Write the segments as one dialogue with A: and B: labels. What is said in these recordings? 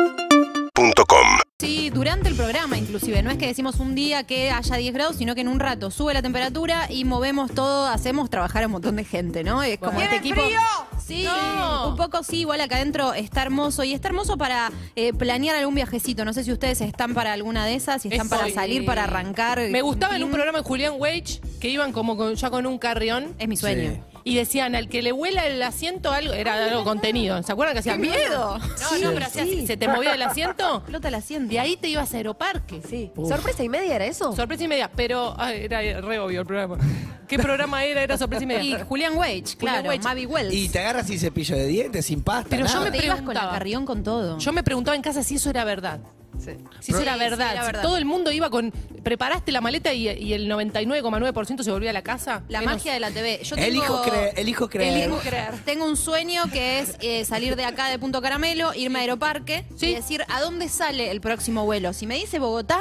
A: UrbanaPlayFM.com
B: Sí, durante el programa inclusive, no es que decimos un día que haya 10 grados, sino que en un rato sube la temperatura y movemos todo, hacemos trabajar a un montón de gente, ¿no? Es como este equipo. Sí, un poco sí, igual acá adentro está hermoso y está hermoso para eh, planear algún viajecito. No sé si ustedes están para alguna de esas, si están
C: Es
B: para
C: hoy.
B: salir, para arrancar.
C: Me gustaba en un
B: Mm,
C: programa de Julián Wage que iban como con- ya con un carrión
B: Es mi sueño.
C: y decían al que le huela el asiento algo, era algo contenido. ¿Se acuerdan que hacían?
B: ¡Qué miedo!
C: No, no, pero hacías- se te movía el asiento,
B: Explota el asiento.
C: de ahí te ibas a Aeroparque.
D: Sí. ¿Sorpresa y media era
B: Oh.
D: eso?
C: Sorpresa y media, pero ah, era re obvio el programa. ¿Qué programa era? Era sorpresa y
B: Y
C: media.
B: Julian Wage, claro,
C: Wage.
B: Mavi Wells.
E: Y te agarras sin cepillo de dientes, sin pasta.
C: Pero yo me
E: nada.
B: te ibas con la
C: preguntaba.
B: carrión con todo.
C: Yo me preguntaba en casa si eso era verdad. Si eso
B: Sí,
C: era
B: sí,
C: verdad.
B: era
C: si
B: verdad.
C: todo el mundo iba con. Preparaste la maleta y, y el 99,9% se volvía a la casa.
B: La
C: Menos-
B: magia de la TV. Yo
E: El
B: tengo-
E: hijo cree, el hijo cree.
B: Elijo creer. Tengo un sueño que es eh, salir de acá de Punto Caramelo, irme a Aeroparque
C: Sí.
B: y decir a dónde sale el próximo vuelo. Si me dice Bogotá,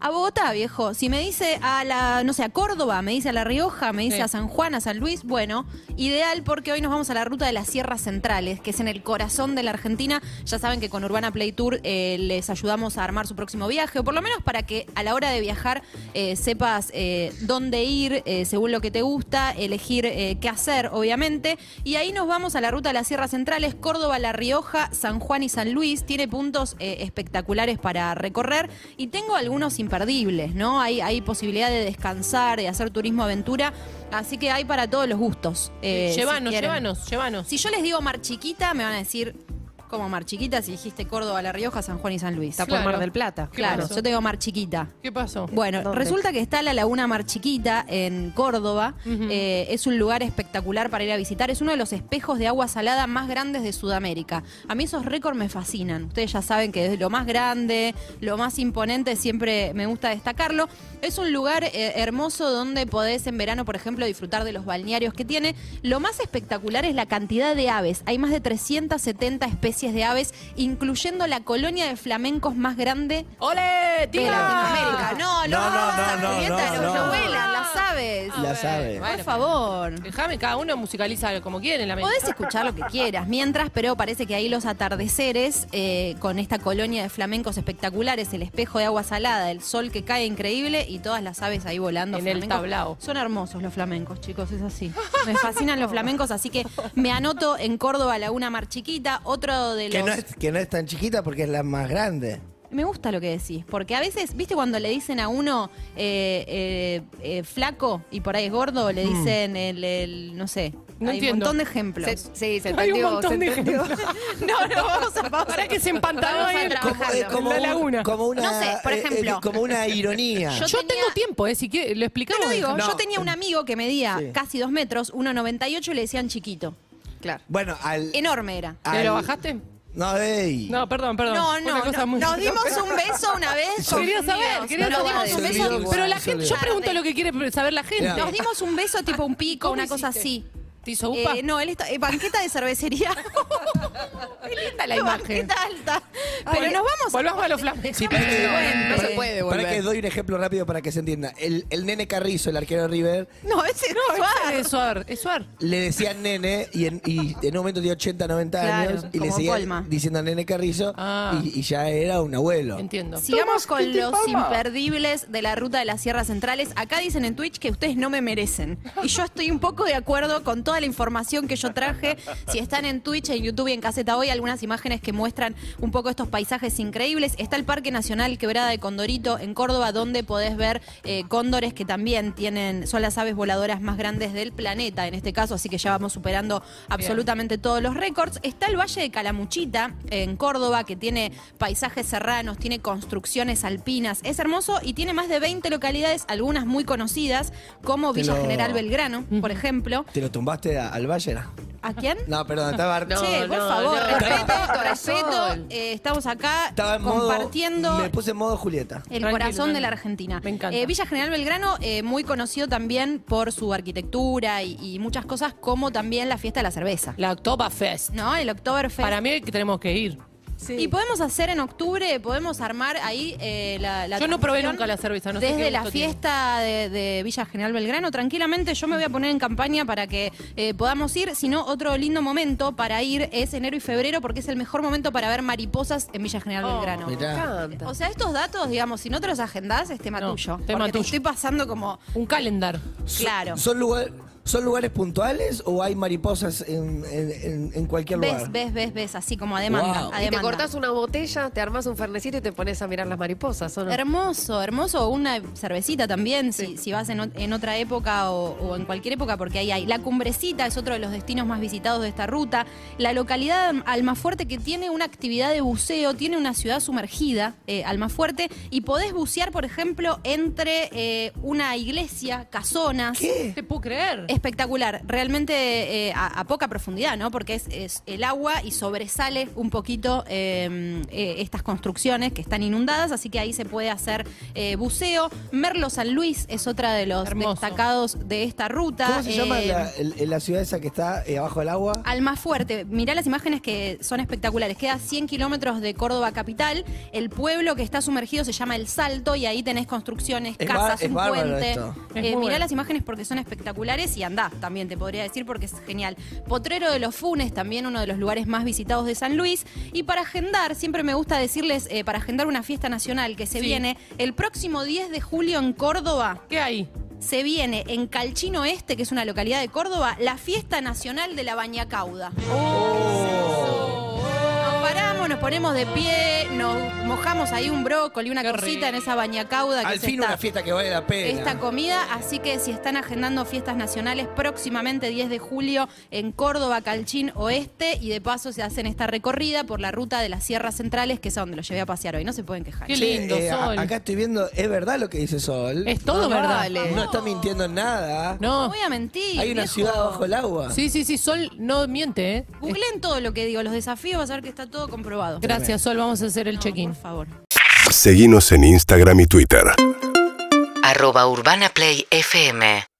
B: a Bogotá, viejo. Si me dice a la, no sé, a Córdoba, me dice a La Rioja, me dice
C: Sí.
B: a San Juan, a San Luis, bueno, ideal porque hoy nos vamos a la ruta de las Sierras Centrales, que es en el corazón de la Argentina. Ya saben que con Urbana Play Tour eh, les ayudamos a armar su próximo viaje, o por lo menos para que a la hora de viajar eh, sepas eh, dónde ir, eh, según lo que te gusta, elegir eh, qué hacer, obviamente. Y ahí nos vamos a la ruta de las Sierras Centrales, Córdoba, La Rioja, San Juan y San Luis. Tiene puntos eh, espectaculares para recorrer y tengo algunos imperdibles, ¿no? Hay, hay posibilidad de descansar, de hacer turismo aventura, así que hay para todos los gustos. eh, si
C: llévanos,
B: quieren.
C: llévanos, llévanos.
B: Si yo les digo Mar Chiquita, me van a decir, ¿cómo Mar Chiquita? Si dijiste Córdoba, La Rioja, San Juan y San Luis.
C: Está por Claro. Mar del Plata. ¿Qué
B: Claro,
C: pasó?
B: yo te digo Mar Chiquita.
C: ¿Qué pasó?
B: Bueno,
D: ¿Dónde?
B: resulta que está la Laguna Mar Chiquita en Córdoba. Eh, es un lugar espectacular para ir a visitar. Es uno de los espejos de agua salada más grandes de Sudamérica. A mí esos récords me fascinan. Ustedes ya saben que es lo más grande, lo más imponente, siempre me gusta destacarlo. Es un lugar eh, hermoso donde podés en verano, por ejemplo, disfrutar de los balnearios que tiene. Lo más espectacular es la cantidad de aves. Hay más de 370 especies de aves, incluyendo la colonia de flamencos más grande
C: ¡Ole,
B: de
C: tía!
B: Latinoamérica. No, no,
E: No, no,
B: no,
E: no,
B: no,
E: no,
B: no,
E: no.
B: vuelan, las aves.
E: La sabe.
B: Por favor.
C: Déjame, cada uno musicaliza como quiere en la mesa.
B: Podés escuchar lo que quieras mientras, pero parece que ahí los atardeceres eh, con esta colonia de flamencos espectaculares, el espejo de agua salada, el sol que cae increíble y todas las aves ahí volando.
C: En el tablao.
B: Son hermosos los flamencos, chicos, es así. Me fascinan los flamencos, así que me anoto en Córdoba Laguna Mar Chiquita, otro de los...
E: Que no, es, que no es tan chiquita porque es la más grande.
B: Me gusta lo que decís, porque a veces, ¿viste cuando le dicen a uno eh, eh, eh, flaco y por ahí es gordo? Le dicen el, el- no sé,
C: Mm. No
B: hay
C: entiendo.
B: un montón de ejemplos.
D: Se- sí, se
C: Hay un
D: entendió, se
C: montón de gente.
D: entendió.
C: No, no, vamos a vamos Para que se empantanó
B: Vamos a
C: ahí el-
B: trabajar.
E: eh,
B: Bajarlo.
C: La laguna.
E: como una,
B: No sé, por
E: eh, eh,
B: ejemplo.
E: como una ironía.
B: Yo
C: Yo
B: tenía-
C: tengo tiempo, eh, si quiere, lo explicamos.
B: Te lo digo,
E: No.
B: yo tenía un amigo que medía
E: Sí.
B: casi dos metros, 1,98 y le decían chiquito.
D: Claro.
E: bueno, al.
B: Enorme era.
C: ¿Te
E: al-
C: lo bajaste?
E: No, ey.
C: No, perdón, perdón.
B: No,
C: Una
B: no,
C: cosa
B: no.
C: muy-
B: Nos dimos un beso una vez.
C: Quería
B: confundidos.
C: saber, quería
B: Nos
C: saber.
B: dimos un
E: Se olvidó
B: beso.
E: igual.
C: Pero la
E: Se
C: gente, yo
E: olvidó.
C: pregunto lo que quiere saber la gente.
E: Claro.
B: Nos dimos un beso tipo un pico,
C: ¿Cómo
B: una cosa
C: hiciste?
B: así.
C: ¿Te hizo upa?
B: Eh, no, él está, eh, banqueta de cervecería.
C: Qué linda la
B: Una
C: imagen.
B: banqueta alta. Pero nos vamos.
C: Volvamos a los flamencos.
E: Sí, para que-
D: No
E: para-
D: se puede
E: Para que
D: volver.
E: doy un ejemplo rápido para que se entienda. El, el nene Carrizo, el arquero de River,
B: No, ese no, suave.
C: Es suar, es suar.
E: le decían nene y en, y en un momento tenía 80, 90
B: Claro,
E: años y le
B: como
E: seguían
B: Colma.
E: diciendo nene Carrizo
C: Ah.
E: y, y ya era un abuelo.
C: Entiendo.
B: Sigamos con los imperdibles de la ruta de las sierras centrales. Acá dicen en Twitch que ustedes no me merecen. Y yo estoy un poco de acuerdo con toda la información que yo traje. Si están en Twitch, en YouTube y en Caseta Hoy, algunas imágenes que muestran un poco estos paisajes increíbles. Está el Parque Nacional Quebrada de Condorito en Córdoba, donde podés ver eh, cóndores que también tienen, son las aves voladoras más grandes del planeta en este caso, así que ya vamos superando absolutamente todos los récords. Está el Valle de Calamuchita, en Córdoba, que tiene paisajes serranos, tiene construcciones alpinas. Es hermoso y tiene más de 20 localidades, algunas muy conocidas, como
E: Te
B: Villa
E: lo-
B: General Belgrano, por ejemplo.
E: ¿Te lo tumbaste a- al Valle? no?
B: ¿A quién?
E: No, perdón, estaba...
B: che, por
C: no,
B: favor,
C: no.
B: respeto,
D: Estaba-
B: respeto.
D: Corazón.
B: Eh, estamos acá
E: Estaba en modo-
B: compartiendo.
E: Me puse en modo Julieta.
B: El
C: Tranquilo,
B: corazón de la
C: tranquilo.
B: Argentina.
C: Me encanta.
B: Eh, Villa General Belgrano, eh, muy conocido también por su arquitectura y, y muchas cosas, como también la fiesta de la cerveza.
C: La Oktoberfest.
B: ¿No? El Oktoberfest.
C: Para mí que tenemos que ir. Sí.
B: Y podemos hacer en octubre, podemos armar ahí eh, la, la
C: Yo no probé
B: transmisión
C: nunca la cerveza, no sé
B: Desde
C: qué
B: la
C: gusto tiene.
B: fiesta de, de Villa General Belgrano, tranquilamente yo me voy a poner en campaña para que eh, podamos ir. Si no, otro lindo momento para ir es enero y febrero porque es el mejor momento para ver mariposas en Villa General
C: Oh.
B: Belgrano.
E: Mirá.
D: encanta.
B: O sea, estos datos, digamos, si no te los agendás, es tema
C: No,
B: tuyo.
C: tema
B: porque te
C: tuyo.
B: estoy pasando como,
C: Un calendar.
B: claro.
E: ¿Son, lugar- ¿Son lugares puntuales o hay mariposas en, en- en- en cualquier
B: Ves,
E: lugar?
B: ves, ves, ves, así como a demanda.
E: Wow.
B: a
D: Y te
B: demanda.
D: cortás una botella, te armas un fernecito y te pones a mirar las mariposas, ¿o no?
B: Hermoso, hermoso. Una cervecita también, si, si vas en, ot- en otra época o, o en cualquier época, porque ahí hay. La Cumbrecita es otro de los destinos más visitados de esta ruta. La localidad de Almafuerte, que tiene una actividad de buceo, tiene una ciudad sumergida, eh, Almafuerte, y podés bucear, por ejemplo, entre eh, una iglesia, casonas.
E: ¿Qué?
C: ¿Te puedo creer?
B: Espectacular, realmente eh, a, a poca profundidad, ¿no? Porque es, es el agua y sobresale un poquito eh, eh, estas construcciones que están inundadas, así que ahí se puede hacer eh, buceo. Merlo San Luis es otra de los
C: Hermoso.
B: destacados de esta ruta.
E: ¿Cómo se llama
B: Eh,
E: la, el- la ciudad esa que está eh, abajo del agua?
B: Almafuerte, mirá las imágenes que son espectaculares. Queda 100 kilómetros de Córdoba capital. El pueblo que está sumergido se llama El Salto y ahí tenés construcciones,
E: Es bar-
B: casas,
E: es
B: un
E: bárbaro
B: puente.
E: esto.
C: Es
B: Eh,
C: muy
B: mirá
C: bueno.
B: las imágenes porque son espectaculares y andá también, te podría decir, porque es genial. Potrero de los Funes, también uno de los lugares más visitados de San Luis. Y para agendar, siempre me gusta decirles, eh, para agendar una fiesta nacional que se
C: Sí.
B: viene el próximo 10 de julio en Córdoba.
C: ¿Qué hay?
B: Se viene en Calchino Este, que es una localidad de Córdoba, la fiesta nacional de la Bañacauda.
C: Oh.
B: Nos paramos, nos ponemos de pie, nos mojamos ahí un brócoli, una
C: Qué rico.
B: cosita en esa bañacauda que
E: Al
B: es
E: fin
B: esta,
E: una fiesta que vale la pena.
B: esta comida. Así que si están agendando fiestas nacionales, próximamente 10 de julio en Córdoba, Calchín Oeste, y de paso se hacen esta recorrida por la ruta de las sierras centrales, que es a donde los llevé a pasear hoy. No se pueden quejar.
C: Qué
E: Che,
C: lindo,
E: eh, a-
C: Sol.
E: acá estoy viendo, es verdad lo que dice Sol.
C: Es todo
D: No,
C: verdad.
D: vale.
E: No está mintiendo en nada.
B: No
C: No.
B: voy a mentir.
E: Hay una
B: viejo.
E: ciudad abajo del agua.
C: Sí, sí, sí, Sol no miente, ¿eh?
B: Googleen todo lo que digo, los desafíos, vas a ver que está todo comprobado.
C: Gracias, Sol. Vamos a hacer el
B: No,
C: check-in.
B: Por favor.
A: Seguinos en Instagram y Twitter.
F: arroba Urbana Play FM